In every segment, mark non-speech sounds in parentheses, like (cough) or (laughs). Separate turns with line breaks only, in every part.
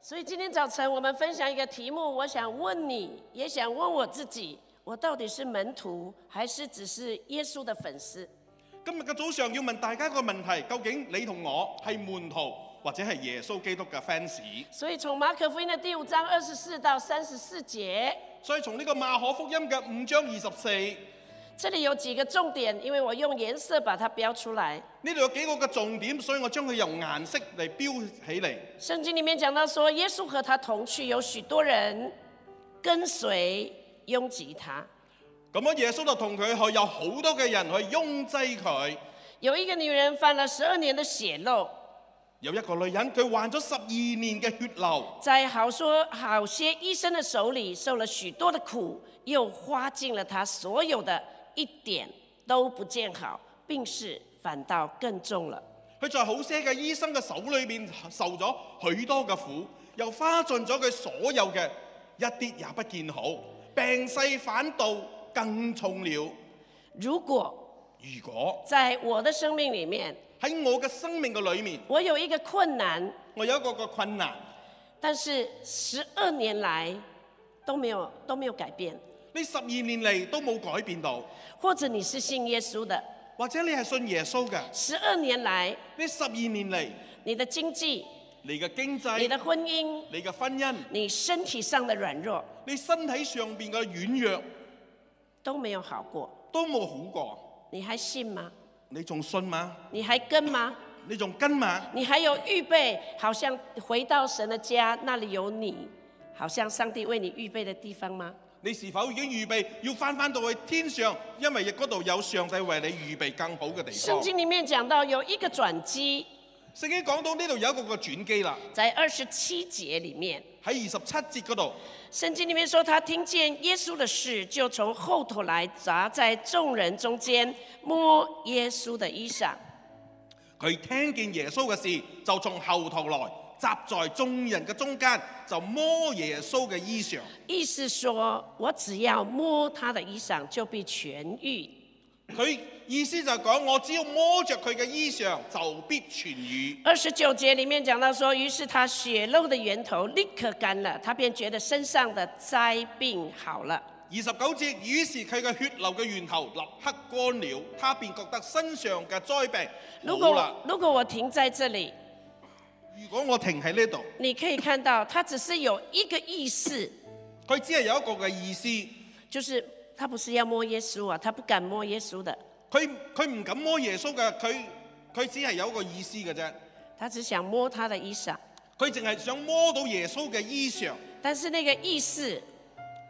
所以今天早晨我们分享一个题目，我想问你，也想问我自己，我到底是门徒，还是只是耶稣的粉丝？
今日嘅早上要問大家一個問題：究竟你同我係門徒或者係耶穌基督嘅 fans？
所以从马可福音的第五章二十四到三十四节，
所以從呢個馬可福音嘅五章二十四呢
这里有几个重点，因为我用顏色把它标出来。
度有幾個嘅重點，所以我將佢由顏色嚟標起嚟。
圣经里面讲到说，耶稣和他同去，有许多人跟随拥挤他。
咁樣耶穌就同佢去有好多嘅人去擁擠佢。
有一个女人犯了十二年的血漏，
有一個女人，佢患咗十二年嘅血流，
在好说好些医生的手里受了许多的苦，又花尽了她所有的，一点都不见好，病势反倒更重了。
佢在好些嘅醫生嘅手裏面受咗許多嘅苦，又花盡咗佢所有嘅，一啲也不見好，病勢反倒更重了。
如果
如果
在我的生命里面，
喺我嘅生命嘅裏面，
我有一个困难，
我有一個個困難，
但是十二年来都没有都没有改变，
呢十二年嚟都冇改變到，
或者你是信耶稣的，
或者你係信耶穌嘅，
十二年来
呢十二年嚟
你的经济、
你嘅經
你的
濟、
婚姻、
你嘅婚姻、
你身体上的软弱
你身體上邊嘅軟弱
都没有好过，
都冇好過，
你还信吗？
你仲信嗎？
你还跟吗？
你仲跟嘛？
你还有预备，好像回到神的家，那里有你，好像上帝为你预备的地方吗？
你是否已經預備要翻翻到去天上？因為嗰度有上帝為你預備更好嘅地
圣
方。
经里面讲到有一个转机，
聖經講到呢度有一個個轉機啦，
在二十七节里面，
喺二十七節嗰度，
圣经里面说，他听见耶稣的事，就从后头来，砸在众人中间，摸耶稣的衣裳。
佢聽見耶穌嘅事，就從後頭來，集在眾人嘅中間，就摸耶穌嘅衣裳。
意思说，我只要摸他的衣裳，就必痊愈。
佢意思就係講，我只要摸着佢嘅衣裳，就必痊愈。
二十九节里面讲到说，于是他血漏的源头立刻干了，他便觉得身上的灾病好了。
二十九節，於是佢嘅血流嘅源頭立刻乾了，他便覺得身上嘅災
如
病好啦
果。如果我停在这里，
如果我停喺呢度，
你可以看到，他只是有一个意思，
佢只係有一個嘅意思，
就是他不是要摸耶稣啊，他不敢摸耶稣的，
佢佢唔敢摸耶穌嘅，佢佢只係有一個意思嘅啫，
他只想摸他的衣裳。
佢淨係想摸到耶穌嘅衣裳，
但是那个意识、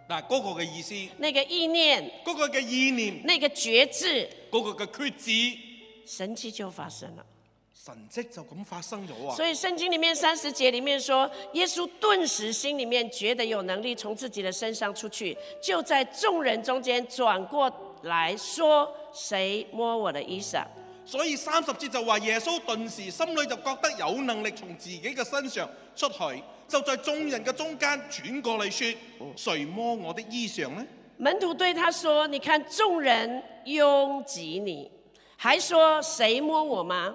嗱嗰個嘅意思，
那个意念、
嗰、個嘅意念，
那个觉知，
嗰、個嘅決志，
神迹就发生了。
神蹟就咁發生咗啊！
所以圣经里面三十节里面说，耶稣顿时心里面觉得有能力从自己的身上出去，就在众人中间转过来说：“谁摸我的衣裳
所以三十節就話耶穌頓時心裏就覺得有能力從自己嘅身上出去，就在眾人嘅中間轉過嚟說：
哦
誰摸我的衣裳呢？？”
门徒对他说：“你看众人拥挤你，还说谁摸我吗？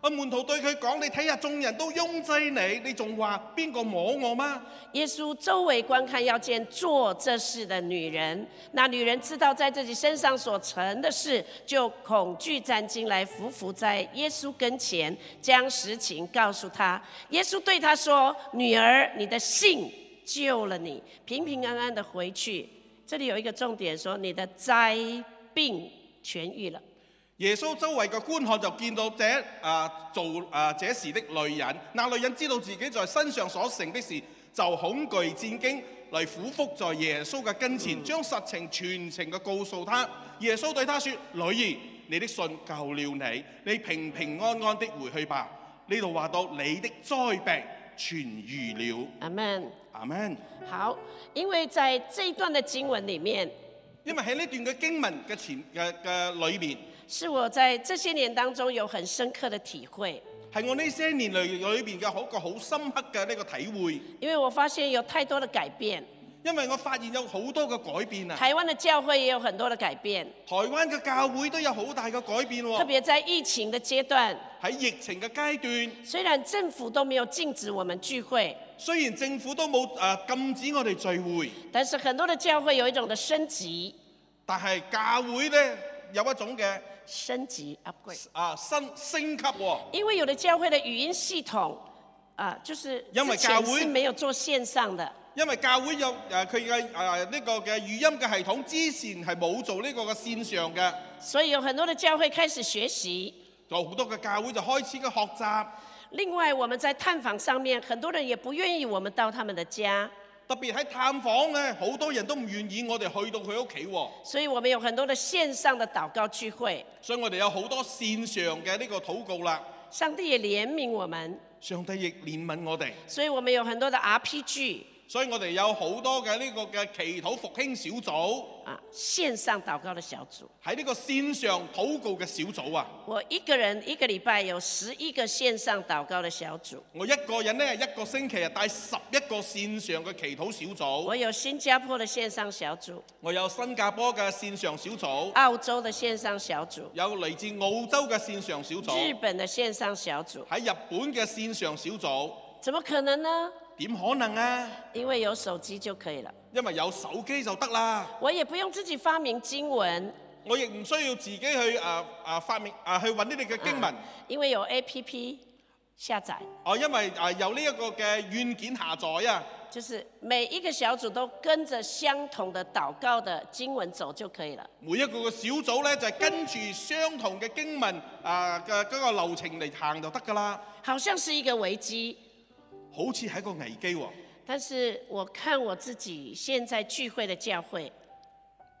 啊！門徒對佢講：你睇下，眾人都擁擠你，你仲話邊個摸我嗎？
耶稣周围观看，要见做这事的女人。那女人知道在自己身上所成的事，就恐惧战惊，来伏伏在耶稣跟前，将实情告诉他。耶稣对她说：“女儿，你的信救了你，平平安安的回去。”这里有一个重点说，你的灾病痊愈了。
耶穌周圍嘅觀看就見到這啊做啊這時的女人，那女人知道自己在身上所成的事，就恐懼戰驚，嚟俯伏在耶穌嘅跟前，將實情全程嘅告訴他。耶穌對他說：女兒，你的信救了你，你平平安安的回去吧。呢度話到你的災病痊愈了，
阿门。
阿門。
嗯好，因为在这一段的经文里面，
因為喺呢段嘅經文嘅前嘅嘅裏面，
是我在这些年当中有很深刻的体会。
係我呢些年嚟裏邊嘅好一個好深刻嘅呢個體會。
因为我发现有太多的改变，
因為我發現有太多嘅改變，因為我發現有好多嘅改變啊，
台湾的教会也有很多的改变，
台灣嘅教會都有好大嘅改變
特
喎。
别在疫情的阶段，
喺疫情嘅階段，
虽然政府都没有禁止我们聚会，
雖然政府都冇啊禁止我哋聚會，
但是很多的教会有一种的升级、
但係教會呢，有一種嘅
升级 upgrade，
啊新升級喎。
因为有的教会的语音系统啊，就是
因为
之
教
前
会
是没有做线上的，
因為教會有誒佢嘅誒呢個嘅語音嘅系統，之前係冇做呢個嘅線上嘅，
所以有很多的教會开始学习。
有好多嘅教會就開始嘅學習。
另外，我们在探访上面，很多人也不愿意我們到他們的家，
特別喺探訪咧，好多人都唔願意我哋去到佢屋企喎，
所以我们有很多的线上的祷告聚会。
所以我哋有好多線上嘅呢個禱告啦。
上帝也憐憫我們，
上帝亦憐憫我哋，
所以我們有很多的 RPG
所以我哋有好多嘅呢個嘅祈禱復興小組，
啊，线上禱告的小组。
喺呢個線上禱告嘅小組啊。
我一个人一个礼拜有十一個线上禱告的小组，
我一個人呢，一個星期啊帶十一個線上嘅祈禱小組，
我有新加坡的线上小组，
我有新加坡嘅線上小組。
澳洲的线上小组，
有嚟自澳洲嘅線上小
日
組，
本的线上小组，
喺日本嘅線上小組，
怎麼可能呢？
點可能啊？
因為有手機就可以了，
因為有手機就得啦，
我也不用自己發明經文，
我亦唔需要自己去啊啊發明啊去揾呢啲嘅經文，
因為有 A P P 下載，
哦、因為啊有呢一個嘅軟件下載啊，
就是每一個小組都跟着相同的禱告的經文走就可以了。
每一個嘅小組呢，就係、跟住相同嘅經文啊嘅嗰個流程嚟行就得㗎啦，
好像是一個危機，
好似係一個危機喎、
但是我看我自己現在聚會的教會，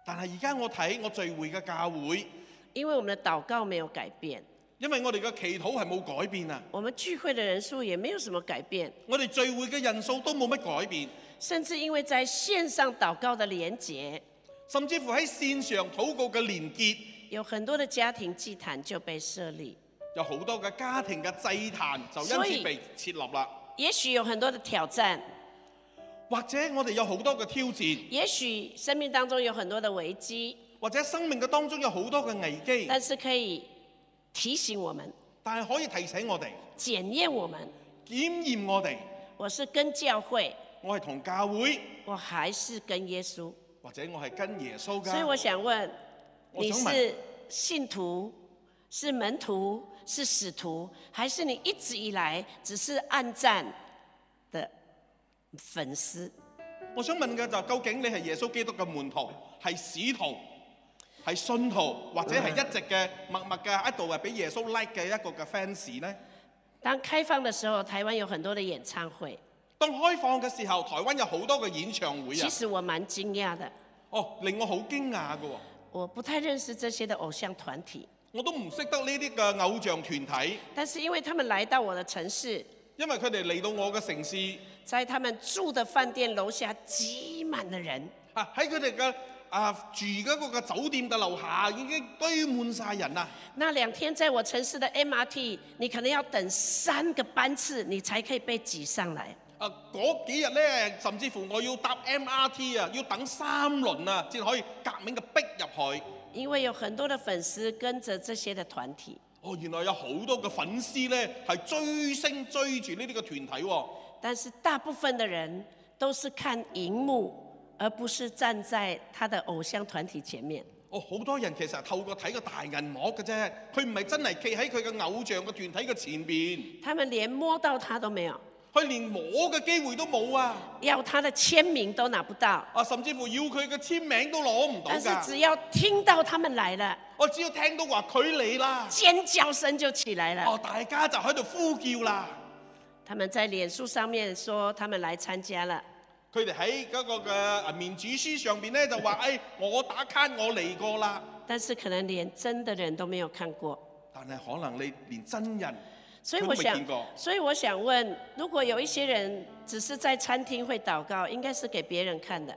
但係而家我睇我聚會嘅教會，
因為我們的禱告沒有改變，
因為我哋嘅祈禱係冇改變啊，
我們聚會的人數也沒有什麼改變，
我哋聚會嘅人數都冇乜改變。
甚至因為在線上禱告的連結，
甚至乎喺線上禱告嘅連結，
有很多的家庭祭坛就被設立。
有好多嘅家庭嘅祭壇就
所
因
以
此被設立啦。
也許有很多的挑戰，
或者我哋有好多嘅挑戰，
也許生命當中有很多的危機，
或者生命嘅當中有好多嘅危機，
但是可以提醒我们、
但係可以提醒我哋、
检验我们。
檢驗我哋，
我是跟教會，
我係同教會，
我还是跟耶稣？
或者我係跟耶穌
所以我
㗎。
想问，
我
你
想问
是信徒，是门徒，是使徒，还是你一直以来只是暗战的粉丝？
我想問嘅就係究竟你係耶穌基督嘅門徒，係使徒，係信徒，或者係一直嘅默默嘅喺度係俾耶穌 like 嘅一個嘅 fans 呢？
当开放的时候，台湾有很多的演唱会，
當開放嘅時候，台灣有好多嘅演唱會
其！
啊
实我蛮惊讶的，
哦，令我好驚訝嘅喎，
我不太认識这些的偶像团体，
我都唔識得呢啲嘅偶像團體，
但是因为他们来到我的城市，
因為佢哋嚟到我嘅城市
在他们住的饭店楼下挤满了人，
啊，喺佢哋嘅啊住嗰個嘅酒店嘅樓下已經堆滿晒人啦。
那两天在我城市的 MRT，你可能要等三个班次，你才可以被挤上来。
啊，嗰幾日呢，甚至乎我要搭 MRT 啊，要等三輪啊，先可以革命嘅逼入去。
因为有很多的粉丝跟着这些的团體，
哦，原來有好多嘅粉絲呢係追星追住呢啲嘅團體喎、
但是大部分的人都是看荧幕，而不是站在他的偶像团體前面。
哦，好多人其實係透過睇個大銀幕嘅啫，佢唔係真係企喺佢嘅偶像嘅團體嘅前面。
他們連摸到他都沒有，
佢連摸嘅機會都冇啊！
要他的簽名都拿不到，
啊，甚至乎要佢嘅簽名都攞唔到
但是
㗎。
只要聽到他們來了，
我只要聽到話佢嚟啦，
尖叫聲就起來了。
哦，大家就喺度呼叫啦。
他們在臉書上面說他們來參加了，
佢哋喺嗰個嘅啊面子書上邊咧就話：，誒、哎我打卡，我嚟過啦。
但是可能連真的人都沒有看過。
但係可能你連真人，
所以我
都
想
沒見過，
所以我想問，如果有一些人只是在餐廳會禱告，應該是給別人看的。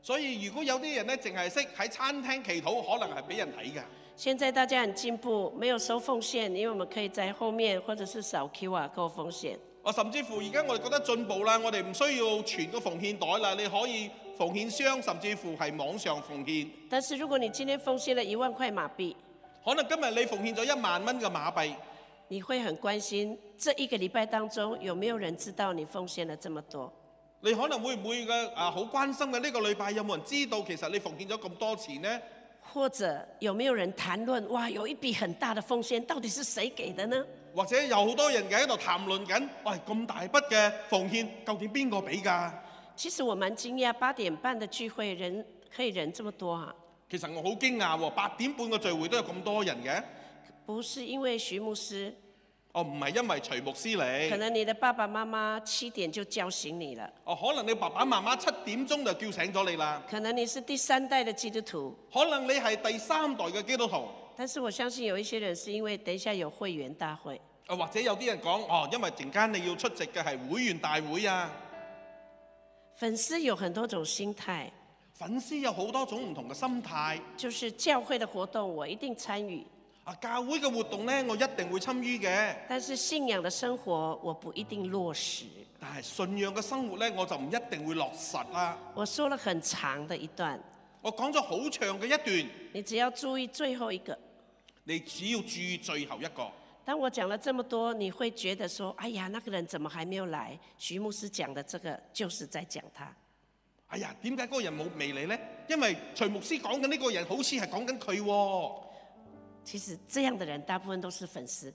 所以如果有啲人咧，淨係識喺餐廳祈禱，可能係俾人睇㗎。
現在大家很進步，沒有收奉獻，因為我們可以在後面或者是扫 QR code 奉獻。
啊我甚至乎而家我哋覺得進步啦，我哋唔需要傳個奉獻袋啦，你可以奉獻箱，甚至乎係網上奉獻。
但是如果你今天奉献了一万块馬幣，
可能今日你奉獻咗一萬蚊嘅馬幣，
你会很关心这一个礼拜当中有没有人知道你奉献了这么多。
你可能會唔會嘅啊好關心嘅呢個禮拜有冇人知道其實你奉獻咗咁多錢呢？
或者有没有人谈论哇，有一笔很大的奉献，到底是谁给的呢？
或者有好多人嘅喺度談論緊，喂咁大筆嘅奉獻究竟邊個俾㗎？
其实我蛮惊讶，八点半的聚会人可以人这么多啊，
其實我好驚訝喎，八點半個聚會都有咁多人嘅。
不是因为徐牧师，
哦，唔係因為徐牧師
可
你，
能你的爸爸妈妈七点就叫醒你了，
哦，可能你爸爸媽媽七點鐘就叫醒咗你啦，
可能你是第三代的基督徒，
可能你係第三代嘅基督徒，
但是我相信有一些人是因为等一下有会员大会，
啊或者有啲人講，哦，因為陣間你要出席嘅係會員大會啊，
粉丝有很多种心态，
粉絲有好多種唔同嘅心態，
就是教会的活动我一定参与，
啊，教會嘅活動呢，我一定會參與嘅，
但是信仰的生活我不一定落实。
但係信仰嘅生活呢，我就唔一定會落實啦。
我说了很长的一段，
我講咗好長嘅一段，
你只要注意最后一个。
你只要注意最後一個。
当我讲了这么多，你会觉得说：“哎呀，那个人怎么还没有来？”徐牧师讲的这个就是在讲他。
哎呀，點解嗰個人冇未嚟呢？因為徐牧師講緊呢個人好似係講緊佢喎。
其实这样的人大部分都是粉丝。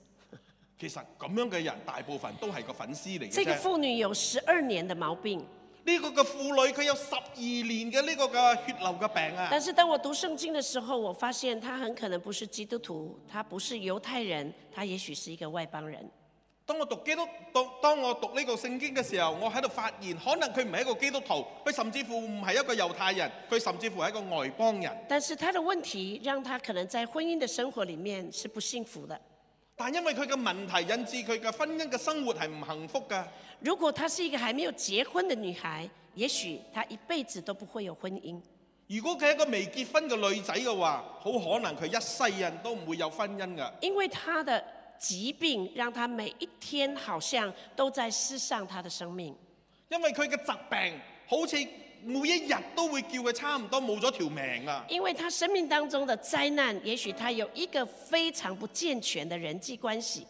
其實咁樣嘅人大部分都係個粉絲嚟嘅
这个
啫。
妇女有十二年的毛病，
呢個嘅婦女佢有十二年嘅呢個嘅血流嘅病啊
但。是当我读圣经的时候，我发现她很可能不是基督徒，她不是犹太人，她也许是一个外邦人。
當我讀基督，當當我讀呢個聖經嘅時候，我喺度發現，可能佢唔係一個基督徒，佢甚至乎唔係一個猶太人，佢甚至乎係一個外邦人。
但是她的问题让她可能在婚姻的生活里面是不幸福的。
但因為佢嘅問題，引致佢嘅婚姻嘅生活係唔幸福㗎。
如果她是一个还没有结婚的女孩，也许她一辈子都不会有婚姻。
如果佢係一個未結婚嘅女仔嘅話，好可能佢一世人都唔會有婚姻㗎。
因为他的疾病，让他每一天好像都在失丧他的生命。
因為佢嘅疾病好似每一日都會叫佢差唔多冇咗條命啊！
因为他生命当中的灾难，也许他有一个非常不健全的人际关系，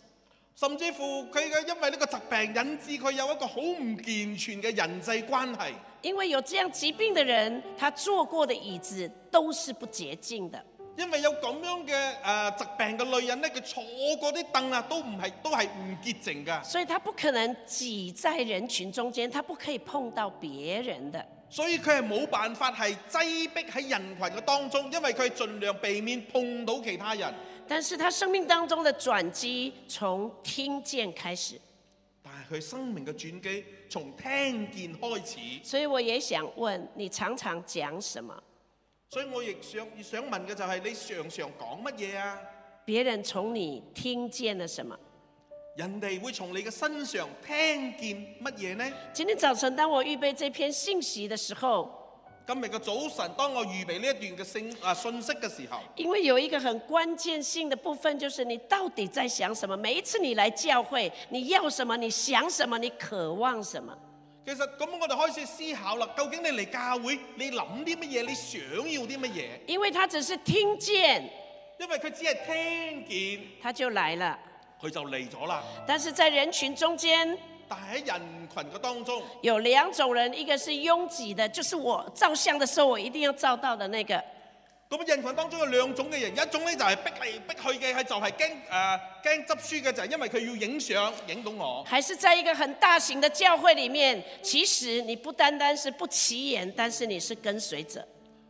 甚至乎佢嘅因為呢個疾病引致佢有一個好唔健全嘅人際關係，
因为有这样疾病的人，他坐过的椅子都是不洁净的。
因為有咁樣嘅誒、呃疾病嘅女人咧，佢坐嗰啲凳啊都唔係都係唔潔淨㗎，
所以他不可能挤在人群中间，他不可以碰到别人的。
所以佢係冇辦法係擠迫喺人群嘅當中，因為佢係盡量避免碰到其他人。
但是他生命当中的转机，从听见开始。
但係佢生命嘅轉機從聽見開始，
所以我也想问你，常常讲什么？
所以我亦想想問嘅就係、你常常講乜嘢啊？
别人从你听见了什么？
人哋會從你嘅身上聽見乜嘢呢？
今天早晨，当我预备这篇信息的时候，
今日嘅早晨，當我預備呢一段嘅聖啊信息嘅時候，
因为有一个很关键性的部分，就是你到底在想什么？每一次你来教会，你要什么？你想什么？你渴望什么？
其實咁我哋開始思考啦。究竟你嚟教會，你諗啲乜嘢？你想要啲乜嘢？
因为他只是听见，
因為佢只係聽見，
他就来了。
佢就嚟咗啦。
但是在人群中间
但係喺人群嘅當中，
有两种人，一个是拥挤的，就是我照相的时候我一定要照到的那个，
咁人群當中有兩種嘅人，一種咧就係逼嚟逼去嘅，係就係驚誒驚執輸嘅，就係、因為佢要影相影到我。
还是在一个很大型的教会里面，其实你不单单是不起眼，但是你是跟随者。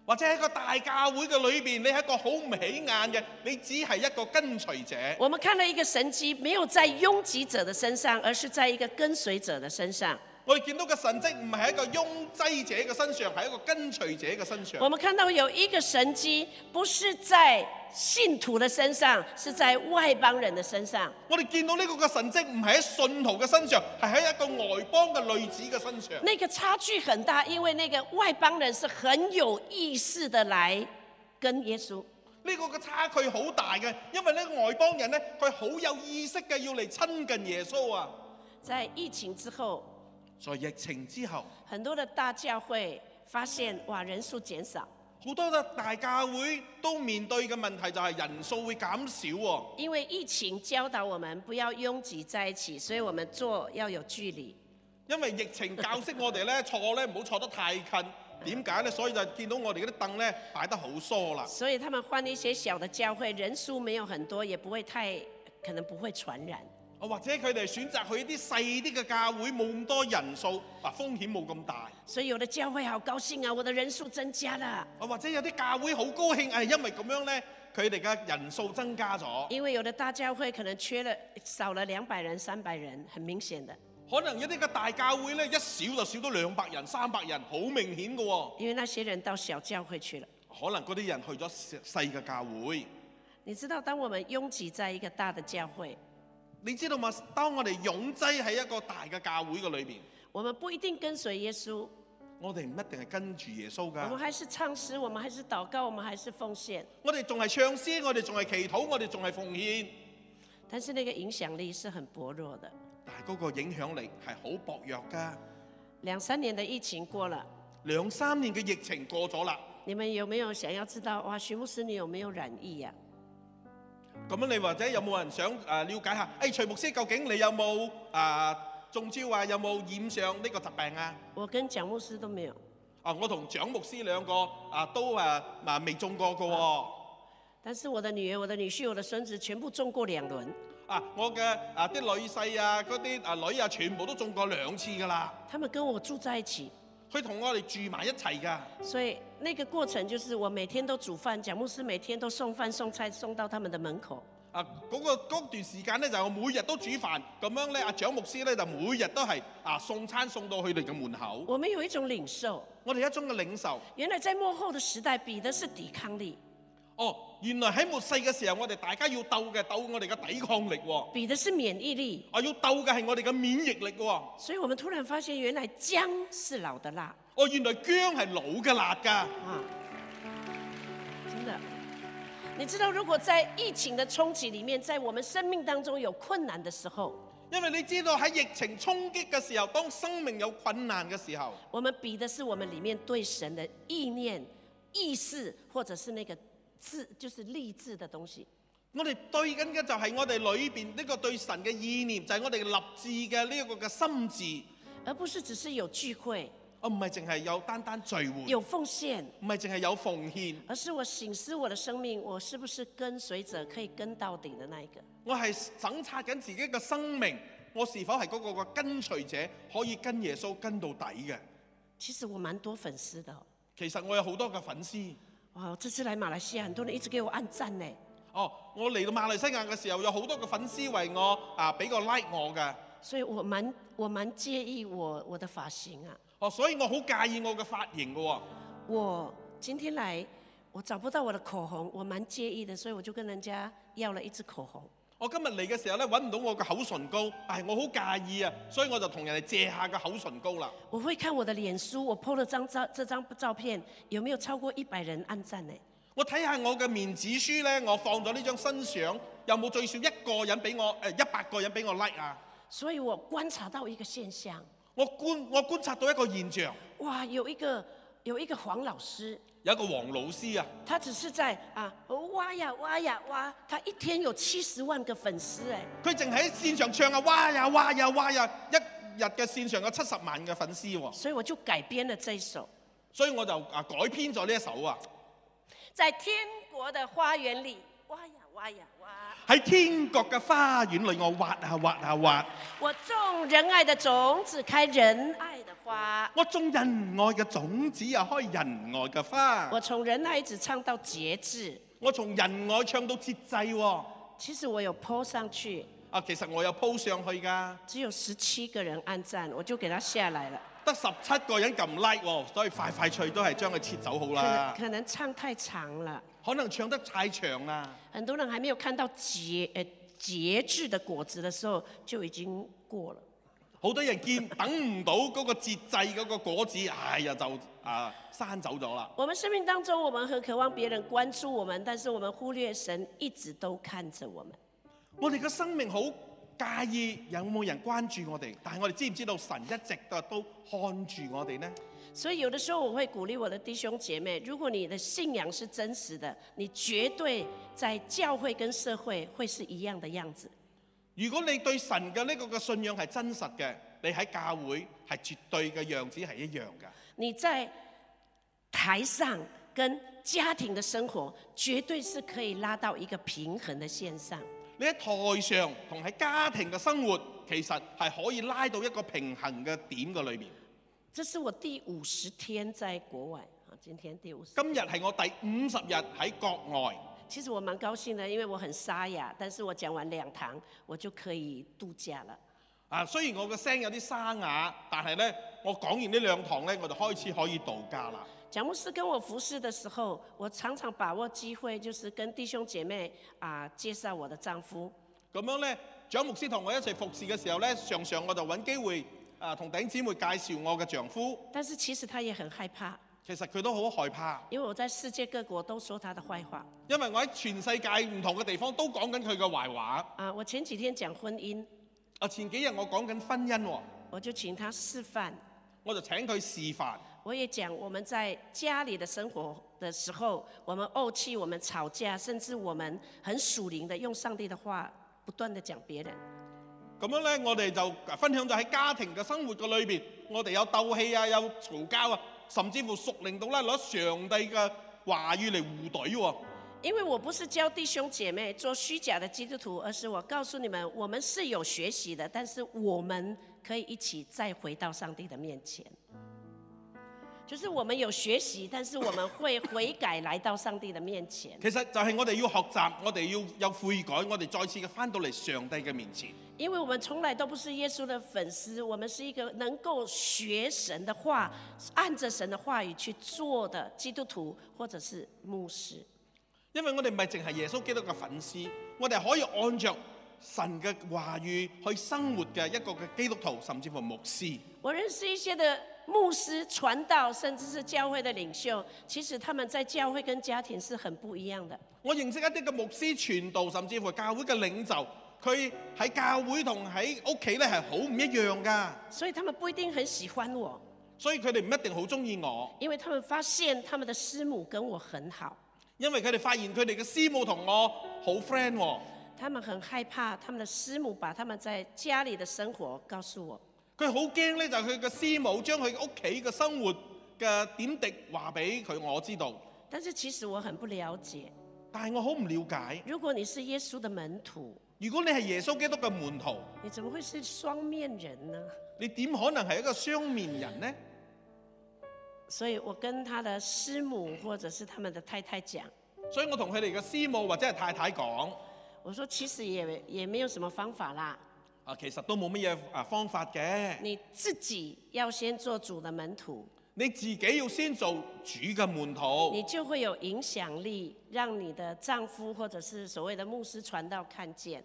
或者喺個大教會嘅裏邊，你係一個好唔起眼嘅，你只係一個跟隨者。
我们看到一个神迹，没有在拥挤者的身上，而是在一个跟随者的身上。
我哋見到嘅神跡唔係喺一個擁擠者嘅身上，係一個跟隨者嘅身
我
(laughs) 上。
们看到有一个神迹，不是在信徒的身上，是在外邦人的身上。
我哋見到呢個嘅神跡唔係喺信徒嘅身上，係喺一個外邦嘅女子嘅身上。
那个差距很大，因为那个外邦人是很有意识的来跟耶稣，
呢、個嘅差距好大嘅，因為呢個外邦人呢，佢好有意識嘅要嚟親近耶穌啊。
在疫情之后，
在疫情之後，
很多的大教会发现哇人数减少，
好多嘅大教會都面對嘅問題就係人數會減少喎。
因为疫情教导我们不要拥挤在一起，所以我们坐要有距离。
因為疫情教識我哋 (laughs) 咧坐咧唔好坐得太近。點解咧？所以就見到我哋嗰啲凳咧擺得好疏啦。
所以他们换一些小的教会，人数没有很多，也不会太可能不会传染。
啊或者佢哋選擇去一啲細啲嘅教會，冇咁多人數，嗱風險冇咁大。
所以有的教会好高兴啊，我的人数增加了，
啊或者有啲教會好高興，誒因為咁樣咧，佢哋嘅人數增加咗。
因为有的大教会可能缺了少了两百人、三百人，很明显的，
可能一啲嘅大教會咧，一少就少到兩百人、三百人，好明顯嘅喎。
因为那些人到小教会去了。
可能嗰啲人去咗細細嘅教會。
你知道，当我们拥挤在一个大的教会，
你知道嘛？當我哋擁擠喺一個大嘅教會嘅裏邊，
我们不一定跟随耶稣，
我哋唔一定係跟住耶穌
我们
㗎。
还是唱诗，我们还是祷告，我们还是奉献，
我哋仲係唱詩，我哋仲係祈禱，我哋仲係奉獻，
但是那个影響力是很薄弱的。
但係嗰個影響力係好薄弱㗎。
两三年的疫情过了，
兩三年嘅疫情過咗啦，
你们有没有想要知道哇？徐牧师，你有没有染疫啊呀、
咁樣你或者有冇人想啊了解下？誒、徐牧師究竟你有冇啊中招啊？有冇染上呢個疾病啊？
我跟蒋牧师都沒有，
啊，我同蔣牧師兩個啊都啊啊未中過㗎喎。
但是我的女儿、我的女婿、我的孙子全部中過兩輪，
啊，我嘅啊啲女婿啊，嗰啲啊女啊，全部都中過兩次㗎啦。
他们跟我住在一起，
佢同我哋住埋一齊㗎。
所以那个过程就是我每天都煮饭，蒋牧师每天都送饭送菜送到他們的門口。
啊，嗰、個嗰段時間咧，就係我每日都煮飯，咁樣咧，阿蔣牧師咧就每日都係啊送餐送到佢哋嘅門口。
我們有一種領受，
我哋一種嘅領袖，
原來在幕後的時代比的是抵抗力，
哦，原來喺末世嘅時候，我哋大家要鬥嘅，鬥我哋嘅抵抗力喎、
比的是免疫力。
啊，要鬥嘅係我哋嘅免疫力喎、
所以我們突然發現，原來姜是老的辣
哦，原來薑係老嘅辣㗎。
啊！真的，你知道，如果在疫情的衝擊裡面，在我們生命當中有困難的時候，
因為你知道喺疫情衝擊嘅時候，當生命有困難嘅時候，
我们比的是我们里面对神的意念、意识，或者是那个志，就是励志的东西。
我哋對緊嘅就係我哋裏邊呢個對神嘅意念，就係、我哋立志嘅呢一個嘅心志，
而不是只是有聚會、
啊唔係淨係有單單聚會，
有奉献，
唔係淨係有奉獻，
而是我醒思我的生命，我是不是跟随者可以跟到底的那一个？
我係審察緊自己嘅生命，我是否係嗰個嘅跟隨者，可以跟耶穌跟到底嘅。
其實我蠻多粉絲的哦、
其實我有好多嘅粉絲，
哇！我这次来马来西亞，很多人一直給我按讚呢。
哦，我嚟到馬來西亞嘅時候，有好多嘅粉絲為我啊俾個 like 我嘅，
所以我蠻我蠻介意我我的髮型啊。
哦，所以我好介意我嘅髮型嘅喎、
我今天來，我找不到我的口紅，我蠻介意的，所以我就跟人家要了一支口紅。
我今日嚟嘅時候咧，揾唔到我嘅口唇膏，唉，我好介意啊，所以我就同人哋借下個口唇膏啦。
我会看我的脸书，我 PO 了张照这张照片，有没有超过一百人按赞呢？
我睇下我嘅面子書咧，我放咗呢張新相，有冇最少一個人俾我誒一百個人俾我 like 啊？
所以我观察到一个现象，
我觀我觀察到一個現象，
哇，有一個有一个黄老师，
有一個黃老師啊，
他只是在啊挖呀挖呀挖，他一天有七十万个粉丝哎，
佢淨喺線上唱啊，哇呀哇呀哇呀，一日嘅線上有七十萬嘅粉絲喎、
所以我就改编了这一首，
所以我就啊改編咗呢一首啊，
在天国的花园里挖呀挖呀挖，
喺天國嘅花園裏，我挖啊挖啊挖，
我种仁爱的种子，开仁爱的花，
我種仁愛嘅種子啊，開仁愛嘅花。
我从仁爱一直唱到节制。
我從仁愛唱到節制喎、
其实我有 PO 上去，
啊，其實我有鋪上去㗎，
只有十七个人按赞，我就给他下来了。
得十七個人撳 like 喎、所以快快脆都係將佢切走好
可能
啦。
可能唱太长了，
可能唱得太長啦，
很多人还没有看到节呃节制的果子的时候，就已经过了。
好多人見等唔到嗰個節制嗰個果子，哎呀就啊刪走咗啦。
我们生命当中，我们很渴望别人关注我们，但是我们忽略神一直都看着我们。
我哋嘅生命好介意有冇人關注我哋，但係我哋知唔知道神一直都都看住我哋呢？
所以有的时候我会鼓励我的弟兄姐妹，如果你的信仰是真实的，你绝对在教会跟社会会是一样的样子。
如果你對神嘅呢個嘅信仰係真實嘅，你喺教會係絕對嘅樣子係一樣㗎。
你在台上跟家庭的生活，绝对是可以拉到一个平衡的线上。
你喺台上同喺家庭嘅生活，其實係可以拉到一個平衡嘅點嘅裏面。
这是我第五十天在国外啊，今天第五十。
今日係我第五十日喺國外，
其实我蛮高兴的，因为我很沙哑，但是我讲完两堂，我就可以度假了。
啊，雖然我嘅聲有啲沙啞，但係呢，我講完呢兩堂呢，我就開始可以度假啦。
蒋牧师跟我服侍的时候，我常常把握机会，就是跟弟兄姐妹啊、介绍我的丈夫。
咁樣呢，蔣牧師同我一齊服侍嘅時候呢，常常我就揾機會啊，同頂姊妹介紹我嘅丈夫。
但是其实他也很害怕，
其實佢都好害怕，
因为我在世界各国都说他的坏话
因為我喺全世界唔同嘅地方都講緊佢嘅壞話。
啊。我前几天讲婚姻，
啊，前幾日我講緊婚姻喎，
我就请他示范，
我就請佢示範。
我也讲我们在家里的生活的时候，我们怄气，我们吵架，甚至我们很属灵的用上帝的话不断的讲别人。
咁樣呢，我哋就分享咗喺家庭嘅生活嘅裏邊，我哋有鬥氣啊，有嘈交啊，甚至乎熟令到呢攞上帝嘅話語嚟互懟喎。
因为我不是教弟兄姐妹做虚假的基督徒，而是我告诉你们，我们是有学习的，但是我们可以一起再回到上帝的面前。就是我们有学习，但是我们会悔改来到上帝的面前，
其實就係我哋要學習，我哋要有悔改，我哋再次嘅翻到嚟上帝嘅面前。
因为我们从来都不是耶稣的粉丝，我们是一个能够学神的话，按着神的话语去做的基督徒或者是牧师。
因為我哋唔係淨係耶穌基督嘅粉絲，我哋可以按着神嘅話語去生活嘅一個嘅基督徒，甚至乎牧師。
我认识一些的牧师、传道，甚至是教会的领袖，其实他们在教会跟家庭是很不一样的。
我認識一啲嘅牧師、傳道，甚至乎教會嘅領袖，佢喺教會同喺屋企咧係好唔一樣㗎，
所以他们不一定很喜欢我，
所以佢哋唔一定好中意我，
因为他们发现他们的师母跟我很好，
因為佢哋發現佢哋嘅師母同我好 friend 喎、
他们很害怕他们的师母把他们在家里的生活告诉我。
佢好驚咧，就係佢嘅師母將佢屋企嘅生活嘅點滴話俾佢我知道，
但是其实我很不了解，
但係我好唔了解。
如果你是耶稣的门徒，
如果你係耶穌基督嘅門徒，
你怎么会是双面人呢？
你點可能係一個雙面人呢？
所以我跟他的师母或者是他们的太太讲，
所以我同佢哋嘅師母或者係太太講，
我说其实也也没有什么方法啦，
啊，其實都冇乜嘢啊方法嘅。
你自己要先做主的门徒，
你自己要先做主嘅門徒，
你就会有影响力，让你的丈夫或者是所谓的牧师传道看见。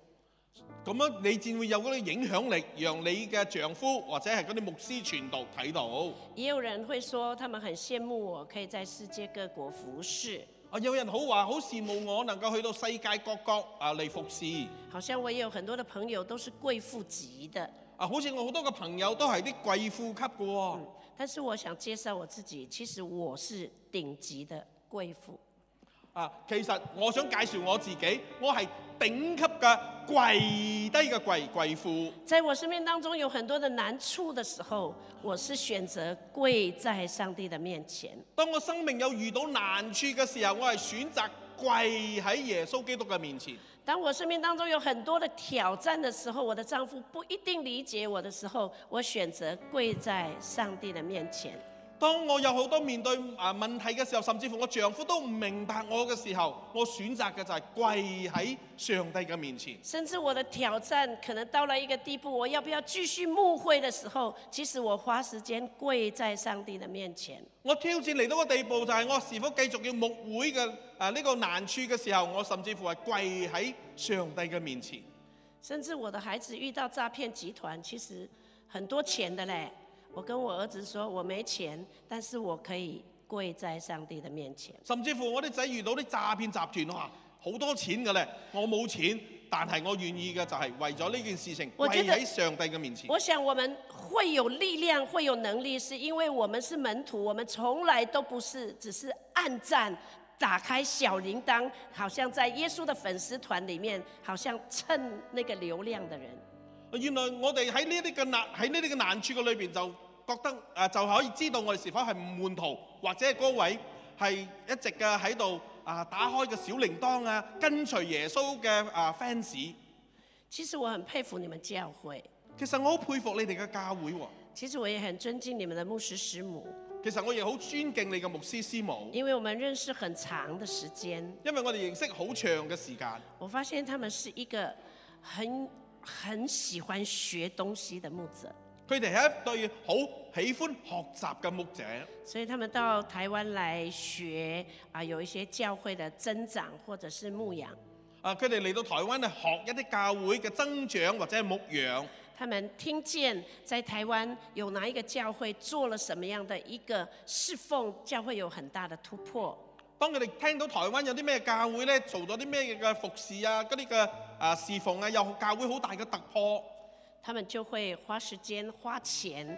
咁樣你至會有嗰啲影響力，讓你嘅丈夫或者係嗰啲牧師傳道睇到。
也有人会说，他们很羡慕我可以在世界各国服侍，
啊，有人好話好羨慕我能夠去到世界各國啊嚟服侍。
好像我也有很多的朋友都是贵妇级的。
啊，好似我好多嘅朋友都係啲貴婦級嘅喎、
但是我想介绍我自己，其实我是顶级的贵妇。
啊，其實我想介紹我自己，我係頂級嘅跪低嘅貴貴婦。
在我生命当中有很多的难处的时候，我是选择跪在上帝的面前。
當我生命有遇到難處嘅時候，我係選擇跪喺耶穌基督嘅面前。
当我生命当中有很多的挑战的时候，我的丈夫不一定理解我的时候，我选择跪在上帝的面前。
當我有好多面對啊問題嘅時候，甚至乎我丈夫都唔明白我嘅時候，我選擇嘅就係跪喺上帝嘅面前。
甚至我的挑战可能到了一个地步，我要不要继续牧会的时候，其实我花时间跪在上帝的面前。
我挑戰嚟到個地步，就係我是否繼續要牧會嘅啊呢個難處嘅時候，我甚至乎係跪喺上帝嘅面前。
甚至我的孩子遇到诈骗集团，其实很多钱的嘞。我跟我儿子说，我没钱，但是我可以跪在上帝的面前。
甚至乎我啲仔遇到啲詐騙集團，哇，好多錢嘅咧，我冇錢，但係我願意嘅就係為咗呢件事情，
我覺
跪
得
喺上帝嘅面前。
我想我们会有力量，会有能力，是因为我们是门徒，我们从来都不是只是暗战，打开小铃铛，好像在耶稣的粉丝团里面，好像蹭那个流量的人。
原來我哋喺呢啲嘅難喺呢啲嘅難處嘅裏邊，就覺得啊就可以知道我哋是否係門徒，或者係嗰位係一直嘅喺度啊打開個小鈴鐺啊，跟隨耶穌嘅啊 fans。
其实我很佩服你们教会，
其實我好佩服你哋嘅教會喎，
其实我也很尊敬你们的牧师师母，
其實我亦好尊敬你嘅牧師師母，
因为我们認識很长的时间，
因為我哋認識好長嘅時間。
我发现他们是一个很很喜欢学东西的牧者。
佢哋係一對好喜歡學習嘅牧者，
所以他们到台湾来学啊，有一些教会的增长或者是牧养，
啊！佢哋嚟到台灣咧學一啲教會嘅增長或者係牧養，
他们听见在台湾有哪一个教会做了什么样的一个侍奉，教会有很大的突破，
當佢哋聽到台灣有啲咩教會咧，做咗啲咩嘅服侍啊，嗰啲嘅啊侍奉啊，有教會好大嘅突破，
他们就会花时间花钱，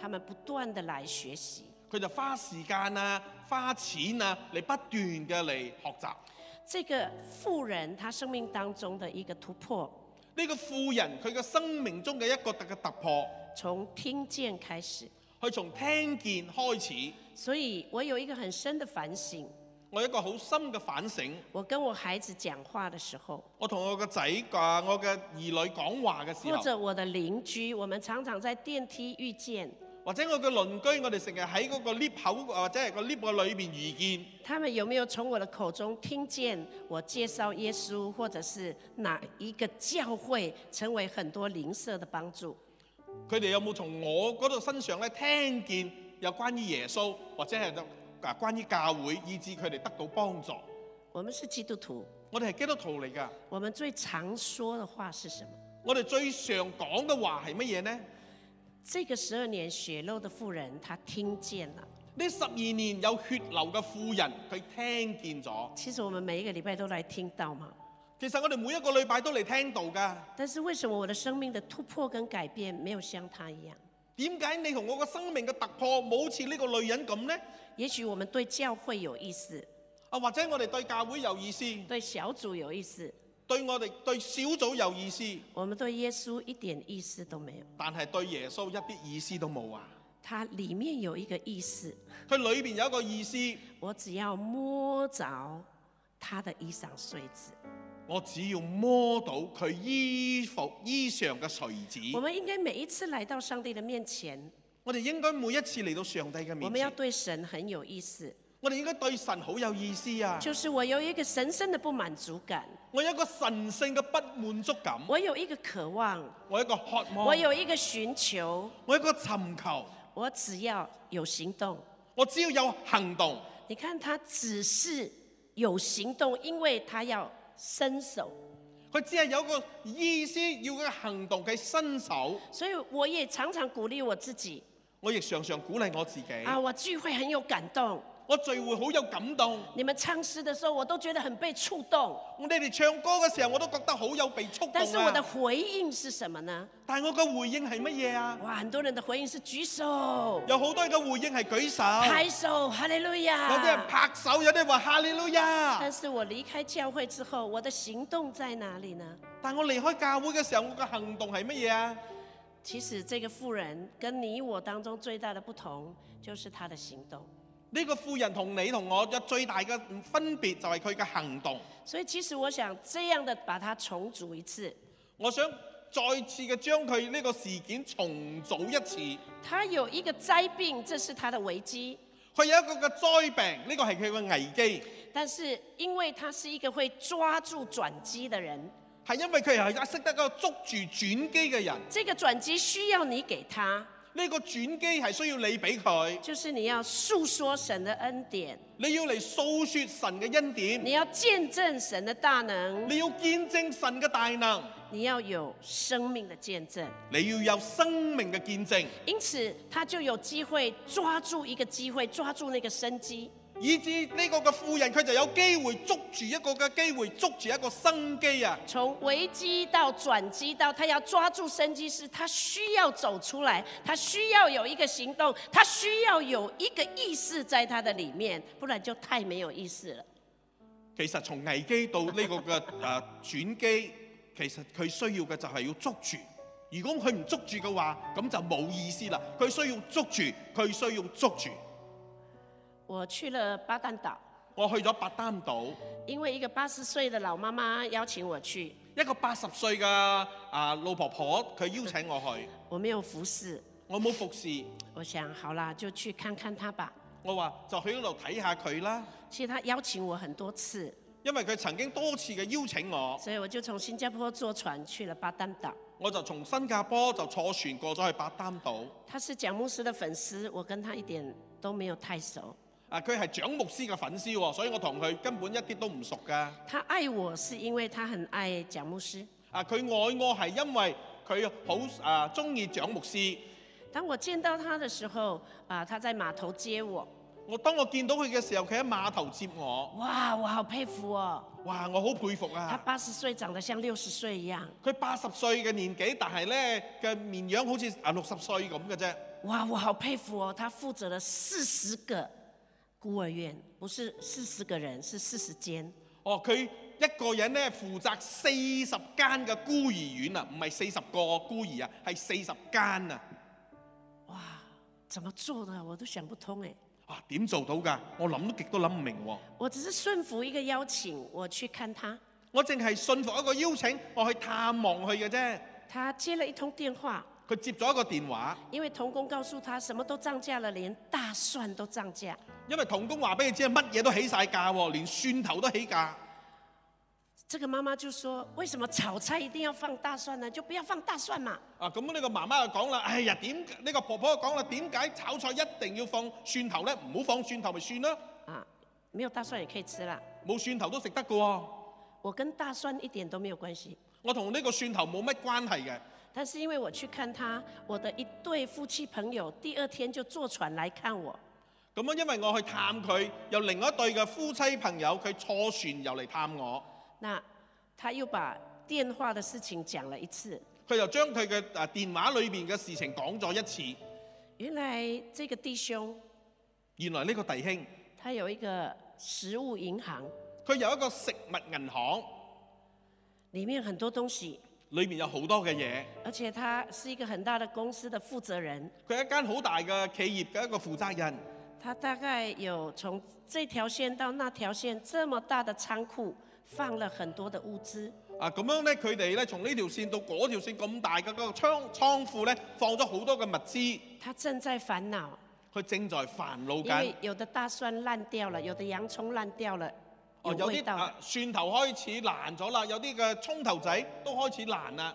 他们不断的来学习。
佢就花時間啊、花錢啊嚟不斷嘅嚟學習。
这个富人他生命当中的一个突破，
呢、個富人佢嘅生命中嘅一個特嘅突破，
从听见开始。
佢從聽見開始，
所以我有一个很深的反省，
我有一個好深嘅反省。
我跟我孩子讲话的时候。
我同我個仔啊，我嘅兒女講話嘅時
或
候，
者我的邻居，我们常常在电梯遇见，
或者我嘅鄰居，我哋成日喺嗰個 lift 口或者係個 lift 嘅裏邊遇見，
他们有没有从我的口中听见我介绍耶稣，或者是哪一个教会成为很多邻舍的帮助？
佢哋有冇從我嗰度身上咧聽見有關於耶穌或者係啊關於教會，以致佢哋得到幫助？
我们是基督徒，
我哋係基督徒嚟㗎，
我们最常说的话是什么？
我哋最常講嘅話係乜嘢呢？
这个十二年血肉的妇人，她听见了。
呢十二年有血流嘅富人，佢聽見咗。
其实我们每一个礼拜都来聽到嘛，
其實我哋每一個禮拜都嚟聽到㗎。
但是为什么我的生命的突破跟改變没有像她一样？
點解你同我嘅生命嘅突破冇好似呢個女人咁呢？
也许我们对教会有意思，
啊，或者我哋對教會有意思，
对小组有意思，
對我哋對小組有意思，
我们对耶穌一點意思都沒有，
但係對耶穌一啲意思都冇啊！
它裡面有一個意思，
佢裏邊有一個意思，
我只要摸着他的衣裳穗子。
我只要摸到佢衣服衣裳嘅垂
我
子，
們應該每一次來到上帝的面前，
我哋應該每一次嚟到上帝嘅
我
面
們要
前，
對神很有意思，
我哋應該對神好有意思啊！嗯
就是我有一個神聖的不滿足感，
我有一個神聖嘅不滿足感，
我有一個渴望，
我有一個渴望，
我有一個尋求，
我有一個尋求，
我只要有行動。
我只要有行動。
你看他只是有行動，因為他要伸手，
佢只係有一個意思，要佢行動，佢伸手。
所以我也常常鼓勵我自己
我亦常常鼓勵我自己，
啊，我聚會很有感動。
我聚會好有感動。
你们唱诗的时候，我都觉得很被触动。
我哋哋唱歌嘅時候，我都覺得好有被觸
但是我
動
的
啊！
回应是什么呢？
但係我嘅回應係乜嘢啊？
哇，很多人的回应是举手、
有好多人嘅回應係舉手，
拍手、哈利路
有啲人
亚。
拍手，有啲人話哈利路
但
亞。
是我离开教会之后，我的行動在哪里呢？
但我離開教會嘅時候，我嘅行動係乜嘢啊？
其实这个妇人跟你我当中最大的不同，就是她的行動。
呢、個富人同你同我有最大嘅分別就係佢嘅行動。
所以其实我想这样的把它重组一次，
我想再次嘅將佢呢個事件重組一次。
她有一个灾病，这是她的危机。
佢有一個嘅災病，呢、個係佢嘅危機，
但是因为她是一个会抓住转机的人，
係因為佢係識得一個捉住轉機嘅人。
这个转机需要你给他，
呢、個轉機係需要你俾佢，
就是你要诉说神的恩典，
你要嚟訴説神嘅恩典，
你要见证神的大能，
你要見證神嘅大能，
你要有生命的见证。
你要有生命嘅見證。
因此，他就有机会抓住一个机会，抓住那个生机。
以至呢個嘅富人佢就有機會捉住一個嘅機會，捉住一個生機啊！
从危机到转机到他要抓住生机，是他需要走出来，他需要有一个行动，他需要有一个意识在他的里面，不然就太没有意思了。
其實從危機到呢個嘅 (laughs) 誒轉機，其實佢需要嘅就係要捉住。如果佢唔捉住嘅話，咁就冇意思啦。佢需要捉住，佢需要捉住。
我去了巴淡岛，
我去咗白丹島，
因为一个八十岁的老妈妈邀请我去，
一個八十歲嘅啊老婆婆，佢邀請我去，
我没有服侍，
我冇服侍，
我想好啦，就去看看她吧。
我話就去嗰度睇下佢啦，
其实她邀请我很多次，
因為佢曾經多次嘅邀請我，
所以我就从新加坡坐船去了巴淡岛。
我就從新加坡就坐船過咗去白丹島。
她是蒋牧师的粉丝，我跟她一点都没有太熟。
啊，佢係蔣牧師嘅粉絲喎，所以我同佢根本一啲都唔熟㗎。
她爱我是因为她很爱蒋牧师。
啊，佢愛我係因為佢好啊中意蔣牧師。
当我见到她的时候，啊，她在码头接我，
我當我見到佢嘅時候，佢喺碼頭接我，
哇，我好佩服哦！
哇！我好佩服
她
啊！
八十歲長得像六十歲一樣，
佢八十歲嘅年紀，但係咧嘅面樣好似啊六十歲咁嘅啫。
哇，我好佩服哦！她負責了四十个孤兒院，不是四十个人，是四十间。
哦，佢一個人咧負責四十間嘅孤兒院啊，唔係四十個孤兒啊，係四十間啊！
哇，怎麼做的我都想不通哎！
啊，點做到㗎？我諗都極都諗唔明喎、
我只是順服一個邀請，我去看她。
我淨係信服一個邀請，我去探望佢嘅啫。
她接了一通電話，
佢接咗一個電話。
因為童工告訴她什麼都漲價了，連大蒜都漲價。
因為童工話俾你知，乜嘢都起晒價喎，連蒜頭都起價。
这个妈妈就说：“为什么炒菜一定要放大蒜呢？就不要放大蒜嘛。
啊，咁呢個媽媽就講啦，哎呀，點呢、個婆婆就講啦，點解炒菜一定要放蒜頭呢？唔好放蒜頭咪算啦，”
啊，没有大蒜也可以吃啦。
冇蒜頭都食得嘅喎。
我跟大蒜一点都没有关系，
我同呢個蒜頭冇乜關係嘅，
但是因为我去看她，我的一对夫妻朋友第二天就坐船来看我。
咁樣因為我去探佢，有另外一對嘅夫妻朋友，佢坐船又嚟探我，
那她又把电话的事情讲了一次。
佢就將佢嘅啊電話裏面嘅事情講咗一次。
原来这个弟兄
原來呢個弟兄，
他有一个食物银行，
佢有一個食物銀行，
里面很多东西，
裏面有好多嘅嘢。
而且他是一个很大的公司的负责人。
佢係一間好大嘅企業嘅一個負責人，
他大概有从这条线到那条线这么大的仓库，放了很多的物资。
啊咁樣咧，佢哋咧從呢條線到嗰條線咁大嘅嗰個倉倉庫咧，放咗好多嘅物資，
他正在煩惱，
佢正在煩惱
因
緊
为。有的大蒜爛掉了，有的洋葱爛掉了，有
哦，有
味
啲
道的。
啊蒜頭開始爛咗啦，有啲嘅葱頭仔都開始爛啦。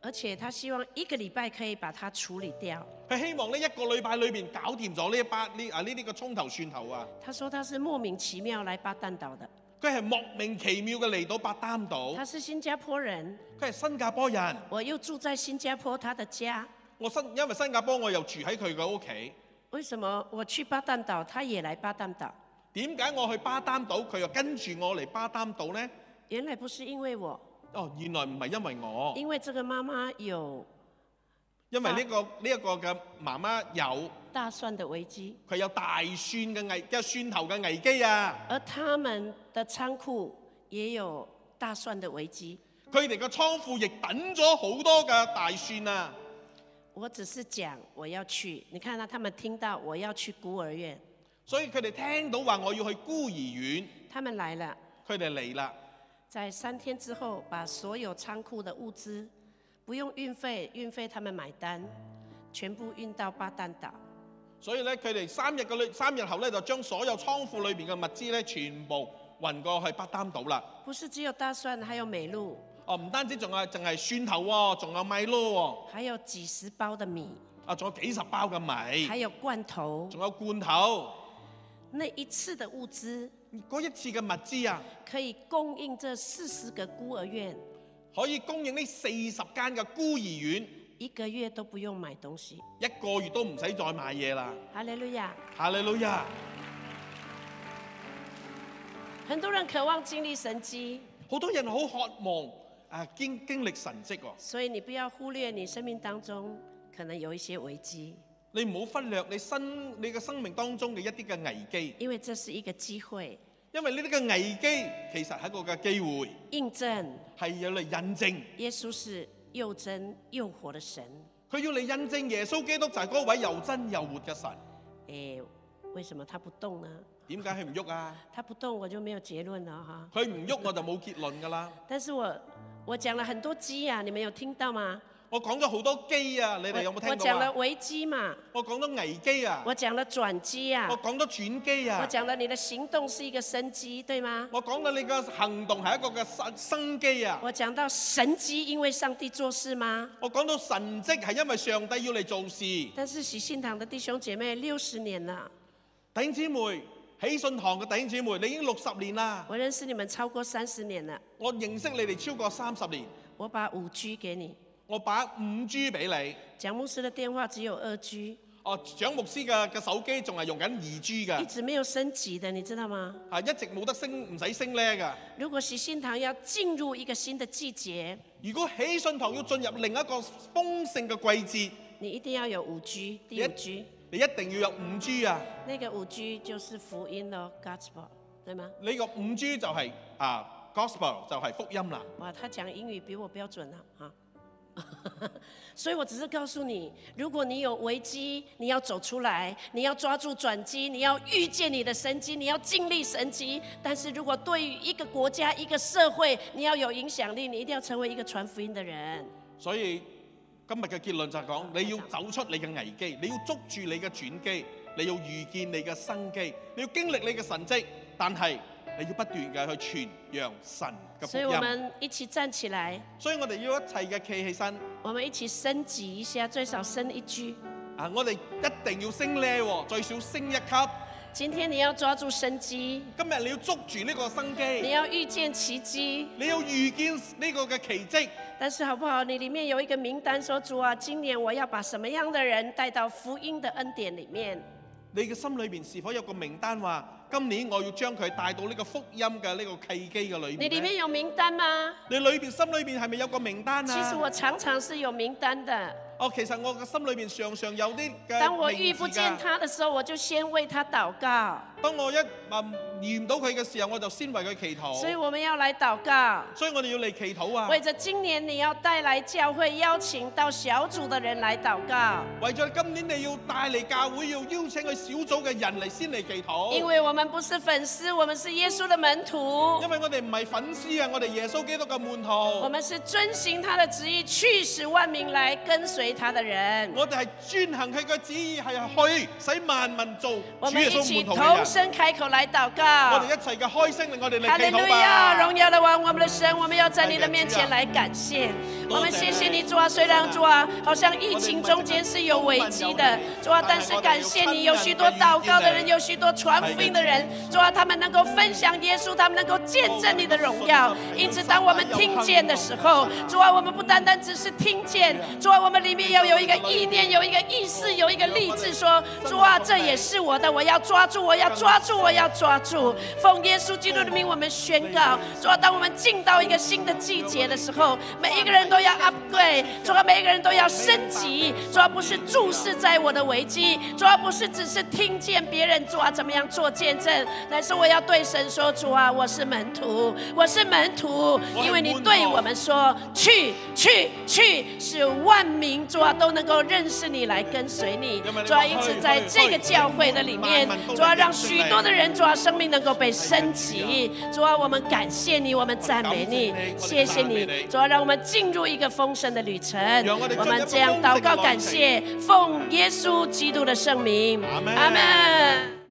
而且他希望一个礼拜可以把它处理掉。
佢希望呢一個禮拜裏邊搞掂咗呢一班呢啊呢啲嘅葱頭蒜頭啊，
他说他是莫名其妙来巴淡岛的，
佢係莫名其妙嘅嚟到白擔島，
他是新加坡人，
佢係新加坡人。
我又住在新加坡他的家，
我新因為新加坡我又住喺佢嘅屋企，
为什么我去巴淡岛，他也来巴淡岛？
點解我去巴擔島，佢又跟住我嚟巴擔島呢？
原来不是因为我，
哦，原來唔係因為我。
因為这个妈妈有
因為呢、個呢一、個嘅媽媽有
大蒜的危机，
佢有大蒜嘅危，有蒜頭嘅危機啊！
而他们的仓库也有大蒜的危机。
佢哋個倉庫亦等咗好多嘅大蒜啊！
我只是讲我要去，你看到、他们听到我要去孤儿院，
所以佢哋聽到話我要去孤兒院，
他们来了，
佢哋嚟啦。
在三天之后把所有仓库的物资，不用运费，运费他们买单，全部运到巴淡岛。
所以咧，佢哋三日嘅裏三日後咧，就將所有倉庫裏邊嘅物資咧，全部運過去北擔島啦。
不是只有大蒜，還有美露，
哦，唔單止仲有淨係蒜頭喎、仲有米撈喎、
还有几十包的米，
啊，仲有幾十包嘅
还
米，
有罐头。
仲有罐頭。
那一次的物资
嗰一次嘅物資啊！
可以供应这四十个孤儿院，
可以供應呢四十間嘅孤兒院，
一个月都不用買東西。
一個月都唔使再買嘢啦。
哈利路亚！
哈利路亞！
很多人渴望经历神机，
好多人好渴望啊經經歷神蹟喎、
所以你不要忽略你生命当中可能有一些危机，
你唔好忽略你生你嘅生命當中嘅一啲嘅危機，
因为这是一个机会
因為呢啲嘅危機其實係一個嘅機會，
印证
係有嚟印證。
耶穌是又真又活的神。
佢要嚟印證耶穌基督就係嗰位又真又活嘅神。
诶，为什么他不动呢？
點解佢唔喐啊？
他不动，我就没有结论了哈。
佢唔喐我就冇結論㗎啦。
但是我我讲了很多鸡啊，你们有听到吗？
我講咗好多機啊，你哋有
我
冇
我
聽
讲
過
了
啊？
危机嘛，
我講咗危機啊，
我講了轉機啊
我，講咗轉機
我
哦啊，
講了你的行動是一個生機，對嗎？
我講到你嘅行動係一個嘅生生機啊。
我講到神機，因為上帝做事吗？
我講到神蹟係因為上帝要嚟做事，弟
但是喜信堂的弟兄姐妹六十年了，
兄姊妹，喜信堂嘅弟兄姊妹，你已經六十年啦，
我認識你們超過三十年了，
我認識你哋超過三十年，
我把五 G 給你，
我把五 G 俾你，
蒋牧师的電話只有二 G，
哦，蔣牧師嘅嘅手機仲係用緊二 G
一
嘅，
直沒有升級的，你知道嗎？
啊，一直冇得升，唔使升呢㗎。
如果喜信堂要進入一個新的季節，
如果喜信堂要進入另一個豐盛嘅季節，
你一定要有五 G，第五 G，
你一定要有五 G 啊！
那個五 G 就是福音咯，Gospel，對嗎？
呢個五 G 就係、啊 Gospel 就係福音啦。
哇，他讲英语比我标准啊！啊， (laughs) 所以我只是告诉你，如果你有危机，你要走出来，你要抓住转机，你要遇见你的神机，你要经历神机。但是如果对于一个国家、一个社会，你要有影响力，你一定要成为一个传福音的人。
所以今日嘅結論就係講，你要走出你嘅危機，你要捉住你嘅轉機，你要遇見你嘅生機，你要經歷你嘅神蹟，但係你要不斷嘅去傳揚神嘅福
所以我
音。
们一起站起来，
所以我哋要一齊嘅企起身
我们一起升级一下，最少升一句。
啊！我哋一定要升 level，最少升一級。
今天你要抓住生机，
今日你要捉住呢個生
你
機，
要遇见奇迹。
你要遇見呢個嘅奇蹟。
但是好不好？你里面有一个名单说，主啊，今年我要把什么样的人带到福音的恩典里面？
你嘅心裏邊是否有個名單話，今年我要將佢帶到呢個福音嘅呢個契機嘅裏
你
面
里
呢
面有名单吗？
你裏邊心裏邊係咪有個名單啊？
其实我常常是有名单的。
哦，其實我嘅心裏面常常有啲嘅
当我遇
名字
不见
㗎。
他的时候，我就先为他祷告。
當我一問遇唔到佢嘅時候，我就先為佢祈禱。
所以我们要来祷告，
所以我哋要嚟祈禱啊！
为着今年你要带来教会邀请到小组的人来祷告，
為咗今年你要帶嚟教會，要邀請佢小組嘅人嚟先嚟祈禱。
因为我们不是粉丝，我们是耶稣的门徒
因，為我哋唔係粉絲啊，我哋耶穌基督嘅門徒。
我们是遵行他的旨意，去使万民来跟随他的人。
我哋係專行佢嘅旨意，係去使萬民做
我
主
们
耶
一
穌
起
門徒嘅
同
人。
声开口来祷
啊我
告
哋。一齊嘅開聲，令我哋嚟
哈利
祈
路
禱
亚，
吧
荣。耀的王，我们的神，我们要在你的面前来啊感谢。我们谢谢你，主啊，虽然主啊，好像疫情中间是有危机的，主啊，但是感谢你，有许多祷告的人，有许多传福音的人，主啊，他们能够分享耶稣，他们能够见证你的荣耀。因此，当我们听见的时候，主啊，我们不单单只是听见，主啊，我们里面要有一个意念，有一个意识，有一个立志，说，主啊，这也是我的，我要抓住，我要抓住，我要抓住。奉耶稣基督的名，我们宣告，主啊，当我们进到一个新的季节的时候，每一个人都要 upgrade，主啊，每一个人都要升级，主啊，不是注视在我的危机，主啊，不是只是听见别人主啊怎么样做见证，乃是我要对神说，主啊，我是门徒，我是门徒，因为你对我们说，去去去，使万民主啊都能够认识你，来跟随你，主啊，因此在这个教会的里面，主啊，让许多的人主啊生命能够被升级，主啊，我们感谢你，我们赞美你，谢谢你，主啊，让我们进入一个丰盛的旅程，我们这样祷告感谢，奉耶稣基督的圣名，阿门。